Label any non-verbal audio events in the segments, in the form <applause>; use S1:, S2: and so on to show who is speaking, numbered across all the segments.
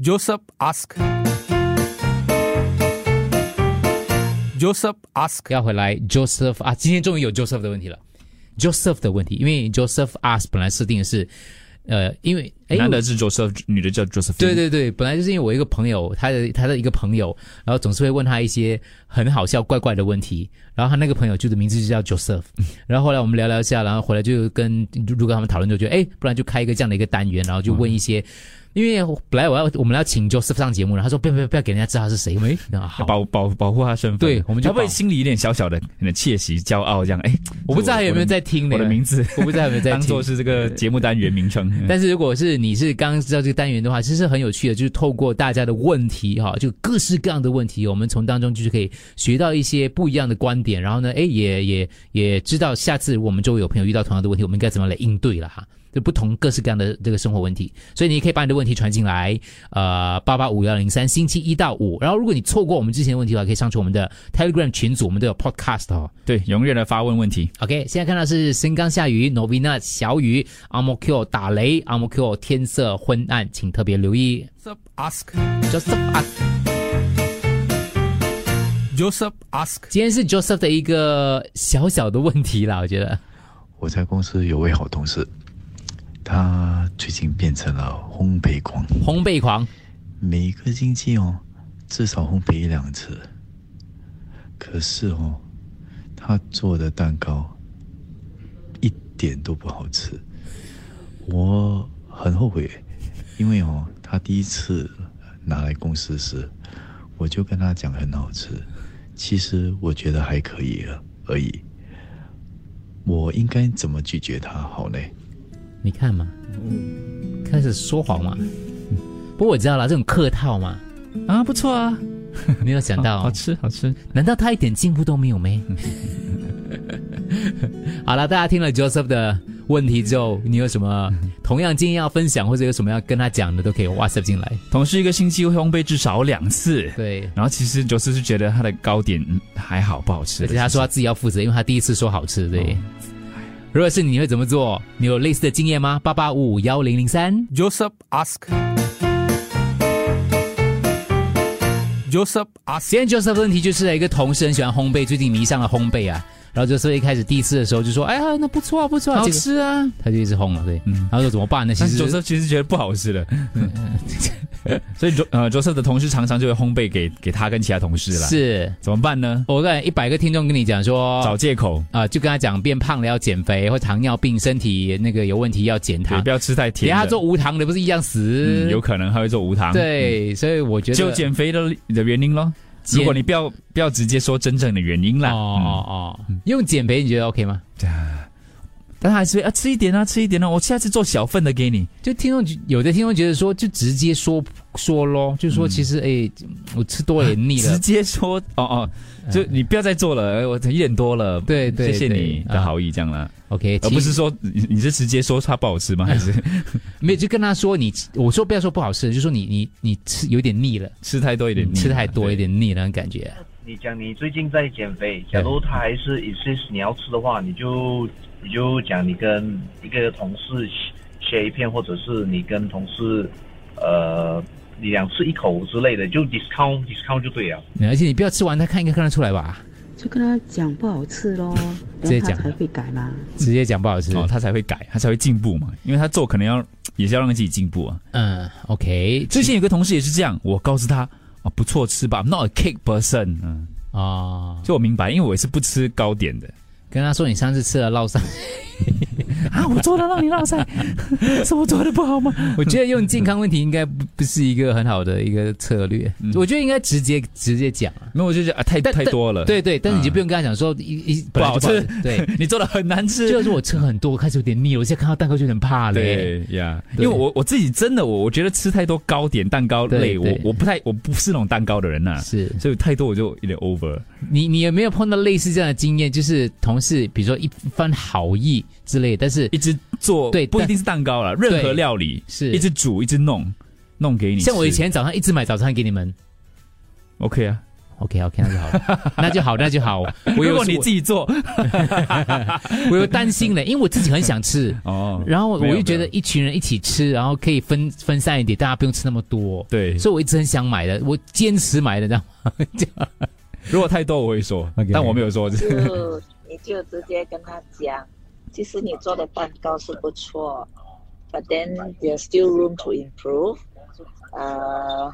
S1: Joseph ask. Joseph ask.
S2: 要回来 Joseph 啊，今天终于有 Joseph 的问题了，Joseph 的问题，因为 Joseph us 本来设定的是，呃，因为哎，
S3: 男的是 Joseph，女的叫 Joseph。
S2: 对，对对，本来就是因为我一个朋友，他的他的一个朋友，然后总是会问他一些很好笑、怪怪的问题。然后他那个朋友就的名字就叫 Joseph。然后后来我们聊聊一下，然后回来就跟如果他们讨论就觉得，哎，不然就开一个这样的一个单元，然后就问一些，因为本来我要我们要请 Joseph 上节目，然后他说不要不要不要给人家知道他是谁，喂，啊好，
S3: 保保保护他身份。
S2: 对我们就
S3: 他会
S2: 保
S3: 心里有点小小的有点窃喜、骄傲这样。哎，
S2: 我不知道他有没有
S3: 我的
S2: 在听呢
S3: 我的名字，
S2: 我不知道有没有在听
S3: 当做是这个节目单元名称。嗯
S2: 但是如果是你是刚刚知道这个单元的话，其实是很有趣的，就是透过大家的问题哈，就各式各样的问题，我们从当中就是可以学到一些不一样的观点，然后呢，哎，也也也知道下次我们周围有朋友遇到同样的问题，我们应该怎么来应对了哈。就不同各式各样的这个生活问题，所以你可以把你的问题传进来，呃，八八五幺零三，星期一到五。然后如果你错过我们之前的问题的话，可以上去我们的 Telegram 群组，我们都有 Podcast 哦。
S3: 对，踊跃的发问问题。
S2: OK，现在看到是新港下雨，Novina 小雨阿 m Q 打雷阿 m Q 天色昏暗，请特别留意。
S1: Joseph ask.
S2: Joseph 啊，
S1: Joseph ask.
S2: 今天是 Joseph 的一个小小的问题啦，我觉得
S4: 我在公司有位好同事，他最近变成了烘焙狂，
S2: 烘焙狂，
S4: 每个星期哦，至少烘焙一两次。可是哦，他做的蛋糕一点都不好吃，我很后悔，因为哦，他第一次拿来公司时，我就跟他讲很好吃，其实我觉得还可以了而已。我应该怎么拒绝他好呢？
S2: 你看嘛，开始说谎嘛。不过我知道了，这种客套嘛，
S3: 啊，不错啊，
S2: 没有想到
S3: 好，吃好吃。
S2: 难道他一点进步都没有没？好了，大家听了 Joseph 的问题之后，你有什么同样经验要分享，或者有什么要跟他讲的，都可以 WhatsApp 进来。
S3: 同事一个星期会烘焙至少两次。
S2: 对，
S3: 然后其实九四是觉得他的糕点嗯还好不好吃，
S2: 而且他说他自己要负责，因为他第一次说好吃，
S3: 哦
S2: 对。如果是你你会怎么做？你有类似的经验吗？八八五五幺零零三。
S1: Joseph ask. Joseph ask.
S2: 今天 Joseph 的问题就是一个同事很喜欢烘焙，最近迷上了烘焙啊。然后 Joseph 一开始第一次的时候就说：“哎呀，那不错啊，不错啊，
S3: 好
S2: 这个
S3: 吃啊。
S2: 他就一直烘了，对。
S3: 嗯
S2: 然后说怎么办呢？其
S3: 但
S2: 实
S3: 是 Joseph 其实觉得不好吃的， <laughs> 所以 Jo- 呃 Joseph 的同事常常就会烘焙给给他跟其他同事了，
S2: 是
S3: 怎么办呢？
S2: 我跟一百个听众跟你讲说，
S3: 找借口，
S2: 啊、就跟他讲变胖了要减肥，或糖尿病身体那个有问题要减
S3: 对，
S2: 糖
S3: 不。要吃太甜
S2: 连
S3: 的。
S2: 他做无糖的不是一样死？
S3: 嗯有可能他会做无糖，
S2: 对，所以我
S3: 嗯，
S2: 觉得
S3: 就减肥的的原因咯。
S2: 减
S3: 如果你不要不要直接说真正的原因
S2: <laughs> 哦
S3: 啦，嗯，
S2: 哦哦，用减肥你觉得 OK 吗？
S3: 但他还是会啊吃一点啊吃一点啊，我下次做小份的给你。
S2: 就听众有的听众觉得说，就直接说说咯，就说其实哎、我吃多了也
S3: 嗯
S2: 腻
S3: 直
S2: 了。嗯
S3: 接说哦哦，就你不要再做了，哎我一点多了。
S2: 对对
S3: 谢谢
S2: 对
S3: 你的
S2: 啊
S3: 好意，这样啦，
S2: OK，
S3: 而
S2: 其
S3: 不
S2: 实
S3: 是说你你是直接说它不好吃吗？
S2: <laughs>
S3: 还是
S2: 没有就跟他说你，我说不要说不好吃，就说你你你吃有点腻了，
S3: 吃太多一点腻，
S2: 嗯吃太多
S3: 对
S2: 有。点腻了那种感觉。
S5: 你讲你最近在减肥，假如他还是 insist 你要吃的话，你就你就讲你跟一个同事切一片，或者是你跟同事呃你想吃一口之类的，就 discount discount 就对了。
S2: 而且你不要吃完，他看应该看得出来吧？
S6: 就跟他讲不好吃咯，
S2: 直接
S6: 然后他
S2: 讲
S6: 才会改嘛。
S2: 直接讲不好吃。
S3: 哦，他才会改，他才会进步嘛，因为他做可能要也是要让自己进步啊。
S2: 嗯，OK，
S3: 之前有个同事也是这样，我告诉他啊，不错吃吧，I'm not a cake person，嗯，
S2: 啊、哦
S3: 就我明白，因为我也是不吃糕点的
S2: 跟他说你上次吃了烙沙，
S3: <laughs> 啊，我做的让你落
S2: <laughs>
S3: 腮，是我做的不好吗？
S2: 我觉得用健康问题应该不不是一个很好的一个策略，我觉得应该直接直接讲啊。
S3: 没有，我就觉得啊，太
S2: 但
S3: 嗯太多了，，
S2: 对对，但是你就
S3: 嗯
S2: 不用跟他讲说一一
S3: 不好吃，
S2: 本来就
S3: <laughs>
S2: 对，
S3: 你做的很难吃，
S2: 就是我吃很多，我开始有点腻了，我现在看到蛋糕就有点怕
S3: <laughs>
S2: 了。哎
S3: 对呀，因
S2: 对
S3: 为我我自己真的我我觉得吃太多糕点蛋糕类，
S2: 对
S3: 我
S2: 对
S3: 我不太我不是那种蛋糕的人呐、啊
S2: 是
S3: 所以太多我就有点 over。
S2: 你，你有没有碰到类似这样的经验？就是同事，比如说一番好意之类，但是
S3: 一直做，
S2: 对
S3: 不一
S2: 但
S3: 定是蛋糕了，任何
S2: 对
S3: 料理
S2: 是
S3: 一直煮，一直弄，弄给你吃。
S2: 像我以前早上一直买早餐给你们
S3: ，OK 啊，
S2: OK OK，那就好
S3: <laughs>
S2: 了，那就好，那就好。我
S3: 如
S2: 有
S3: 果你自己做，
S2: 我我有担
S3: <laughs>
S2: 心嘞，因为我自己很想吃，
S3: 哦，
S2: 然后我
S3: 没有
S2: 又觉
S3: 没
S2: 得
S3: 有
S2: 一群人一起吃，然后可以分分散一点，大家不用吃那么多。
S3: 对
S2: 所以我一直很想买的，我坚持买的，你知道吗？ <laughs> 这样
S3: 如果太多我会说
S2: OK
S3: 但我没有
S7: <laughs>
S3: 说。 <laughs>
S8: 就你就直接跟他讲，其实你做的蛋糕是不错，but then there's still room to improve。呃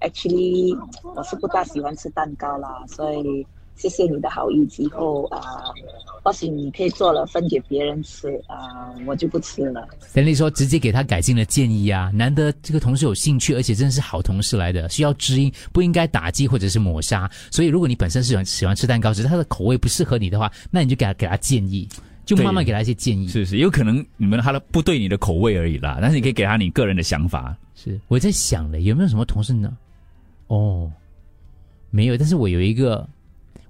S8: ，actually 我是不大喜欢吃蛋糕啦，所以谢谢你的好意，以后啊、呃，或许你可以做了分给别人吃啊、呃我就不吃了。
S2: 人力说直接给他改进了建议啊，难得这个同事有兴趣，而且真的是好同事来的，需要知音，不应该打击或者是抹杀。所以如果你本身是喜欢喜欢吃蛋糕，只是他的口味不适合你的话，那你就给他给他建议，就慢慢
S3: 对
S2: 给他一些建议。
S3: 是是，有可能你们他的不对你的口味而已啦，但是你可以给他你个人的想法。
S2: 是，我在想嘞，有没有什么同事呢？哦，没有，但是我有一个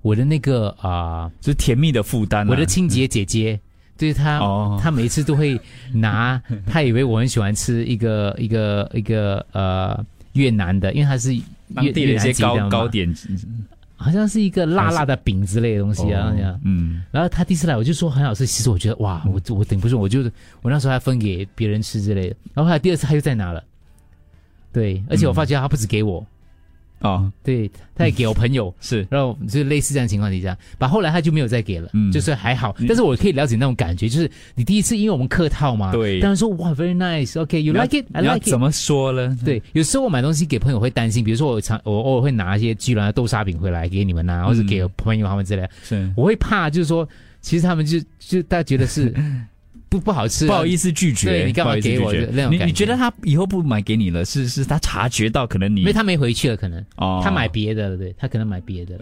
S2: 我的那个啊、
S3: 就是甜蜜的负担啊、
S2: 我的清洁姐姐，就是她，
S3: 哦
S2: 她每次都会
S3: <laughs>
S2: 拿，她以为我很喜欢吃一个一个一个呃越南的，因为它是
S3: 当
S2: 越
S3: 地的
S2: 越
S3: 一
S2: 南
S3: 些
S2: 籍的
S3: 糕
S2: 嘛
S3: 糕，点，
S2: 好像是一个辣辣的饼之类的东西啊。那样
S3: 嗯，
S2: 然后她第一次来，我就说很好吃，其实我觉得哇，我我顶不住，我就我那时候还分给别人吃之类的。然后后来第二次她又再拿了，对，
S3: 嗯
S2: 而且我发觉她不止给我，
S3: 哦，
S2: 对，她也给我朋友。
S3: 是
S2: 然后就类似这样的情况底下，把后来他就没有再给了，
S3: 嗯
S2: 就是还好。但是我可以了解那种感觉，就是你第一次因为我们客套嘛，
S3: 对
S2: 当然说哇 very nice，OK，you、
S3: 你要
S2: like it，I
S3: 你要
S2: like it
S3: 怎。么说呢？
S2: 对，有时候我买东西给朋友会担心，比如说我常我偶尔会拿一些居然的豆沙饼回来给你们啊呐、或者
S3: 嗯
S2: 给朋友他们之类的，
S3: 是
S2: 我会怕就是说，其实他们就就大家觉
S3: <laughs>
S2: 得是不不好吃啊，
S3: 不好意思拒绝，
S2: 对你干嘛
S3: 不好意思拒绝
S2: 给我这那种
S3: 你
S2: 感觉
S3: 你觉得他以后不买给你了，是是他察觉到可能你
S2: 因为他没回去了，可能、
S3: 哦
S2: 他买别的了，对他可能买别的了，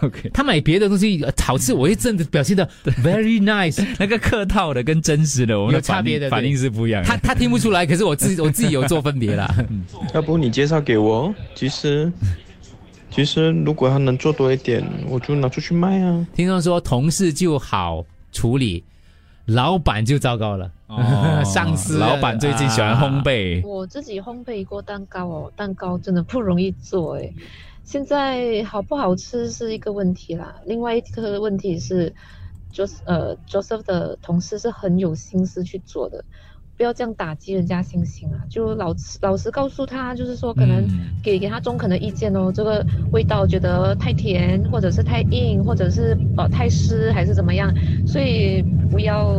S3: OK
S2: 他买别的东西呃好吃，我会真的表现的 very nice，
S3: 那个客套的跟真实的我们的
S2: 有差
S3: 反应
S2: 别的对
S3: 反应是不一样的。
S2: 他他听不出来，可是我自己我自己有做分
S3: <laughs>
S2: 别啦。
S9: <laughs> 要不你介绍给我？其实，其实如果他能做多一点，我就拿出去卖啊。
S2: 听众说同事就好处理，老板就糟糕了，
S3: 哦
S2: <laughs> 上司
S3: 老板最近喜欢烘焙，
S7: 我自己烘焙过蛋糕哦，蛋糕真的不容易做诶。现在好不好吃是一个问题啦，另外一个问题是，Jos 呃 Joseph 的同事是很有心思去做的，不要这样打击人家信心啊！就老实老实告诉他，就是说可能
S3: 嗯
S7: 给给他中肯的意见哦，这个味道觉得太甜，或者是太硬，或者是呃太湿，还是怎么样，所以不要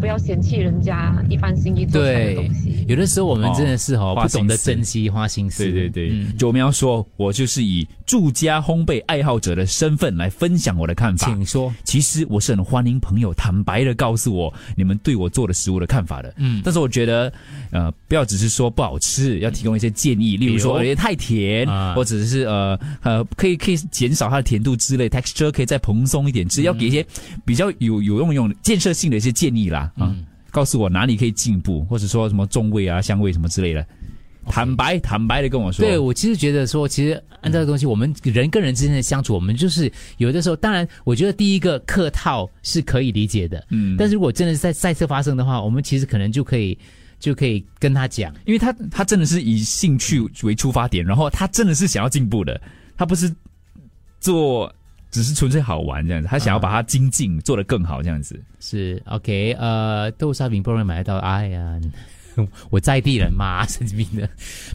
S7: 不要嫌弃人家一般心意做出来的
S2: 对
S7: 东西。，
S2: 有的时候我们真的是哦，
S3: 哦
S2: 不懂得
S3: 花心思
S2: 珍惜花心思。
S3: 对对对
S2: 嗯，
S3: 九喵说，我就是以住家烘焙爱好者的身份来分享我的看法。
S2: 请说。
S3: 其实我是很欢迎朋友坦白的告诉我你们对我做的食物的看法的。
S2: 嗯
S3: 但是我觉得，呃，不要只是说不好吃，要提供一些建议，例如说
S2: 比如
S3: 哎太甜，
S2: 啊
S3: 或者是呃呃可以可以减少它的甜度之类，texture 可以再蓬松一点，
S2: 嗯
S3: 只要给一些比较有有用用建设性的一些建议啦啊。
S2: 嗯
S3: 告诉我哪里可以进步，或者说什么重味啊、香味什么之类的，坦白坦白的跟我说。
S2: 对，我其实觉得说，其实按照这个东西，我们人跟人之间的相处，我们就是有的时候，当然，我觉得第一个客套是可以理解的，
S3: 嗯
S2: 但是如果真的是在再次发生的话，我们其实可能就可以就可以跟他讲，
S3: 因为他他真的是以兴趣为出发点，然后他真的是想要进步的，他不是做只是纯粹好玩这样子，他想要把它精进，做得更好这样子。
S2: 是 OK，呃，豆沙饼不容易买得到，哎呀， <laughs> 我在地人嘛， <laughs> 神经病的，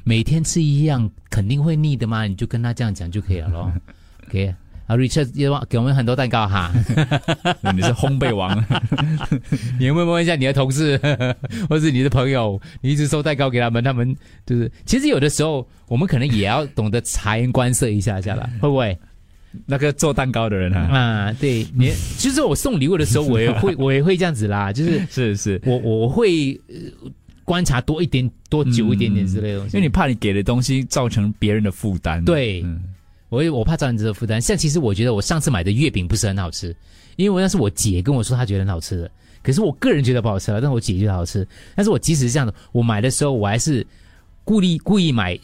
S2: 每天吃一样肯定会腻的嘛，你就跟他这样讲就可以了咯。OK，啊，Richard 也忘给我们很多蛋糕哈，
S3: 你是烘焙 <laughs> 王，
S2: 你有没有问一下你的同事 <laughs> 或是你的朋友，你一直收蛋糕给他们，他们就是其实有的时候我们可能也要懂得察言观色一下下啦，会不会？
S3: 那个做蛋糕的人啊，
S2: 啊，对你，其实我送礼物的时候，我也会我也会这样子啦，就是
S3: <laughs> 是是，
S2: 我我会、呃、观察多一点、多久一点点之类的东
S3: 因
S2: 西，
S3: 为你怕你给的东西造成别人的负担。
S2: 对
S3: 嗯
S2: 我会我怕造成这个负担。像其实我觉得我上次买的月饼不是很好吃，因为我那是我姐跟我说她觉得很好吃的，可是我个人觉得不好吃了，但我姐觉得好吃。但是我即使是这样的，我买的时候我还是故意故意买。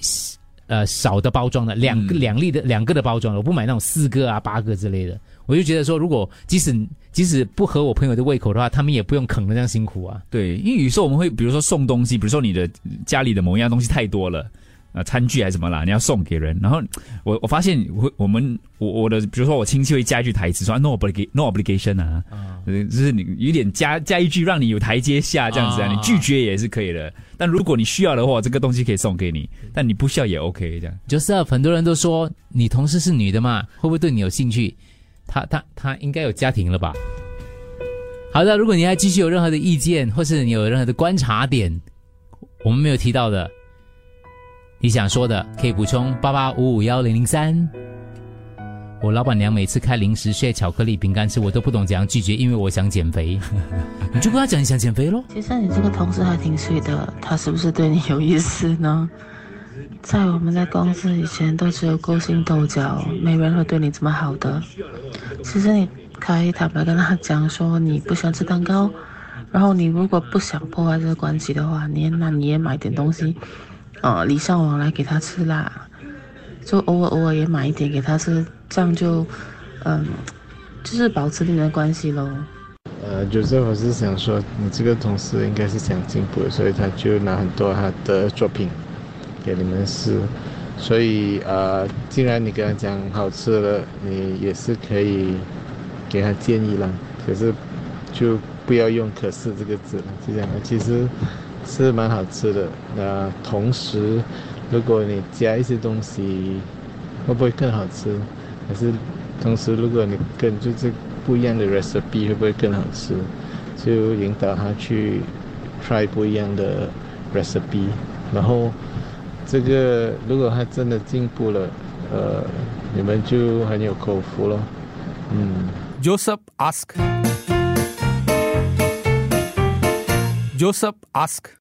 S2: 呃，少的包装的两个、
S3: 嗯
S2: 两粒的两个的包装的，我不买那种四个啊八个之类的。我就觉得说，如果即使即使不合我朋友的胃口的话，他们也不用啃的这样辛苦啊。
S3: 对，因为有时候我们会比如说送东西，比如说你的家里的某一样东西太多了。呃餐具还是什么啦，你要送给人。然后我我发现我我们我我的比如说我亲戚会加一句台词说啊 no obligation no obligation 啊，呃就是你有点加加一句让你有台阶下这样子啊，
S2: 啊
S3: 你拒绝也是可以的。但如果你需要的话，这个东西可以送给你，但你不需要也 OK 这样。
S2: Joseph，很多人都说你同事是女的嘛，会不会对你有兴趣？她她她应该有家庭了吧？好的，如果你还继续有任何的意见，或是你有任何的观察点，我们没有提到的，你想说的可以补充八八五五幺零零三。我老板娘每次开零食、炫巧克力、饼干吃，我都不懂怎样拒绝，因为我想减肥。你就跟她讲你想减肥咯。
S10: 其实你这个同事还挺水的，他是不是对你有意思呢？在我们在公司以前都只有勾心斗角，没人会对你这么好的。其实你可以坦白跟他讲说你不喜欢吃蛋糕，然后你如果不想破坏这个关系的话，你也那你也买点东西，呃，礼尚往来给他吃啦，就偶尔偶尔也买一点给他吃，这样就，嗯，就是保持你们的关系喽。
S11: 呃，就是我是想说，你这个同事应该是想进步，所以他就拿很多他的作品给你们试。所以呃，既然你跟他讲好吃了，你也是可以给他建议啦。可是就不要用“可是”这个字了，就这样。其实是蛮好吃的。那、同时，如果你加一些东西，会不会更好吃？还是同时，如果你跟就是不一样的 recipe 会不会更好吃？就引导他去 try 不一样的 recipe，然后这个如果他真的进步了，呃，你们就很有口福咯。嗯。
S1: Joseph ask. Joseph ask.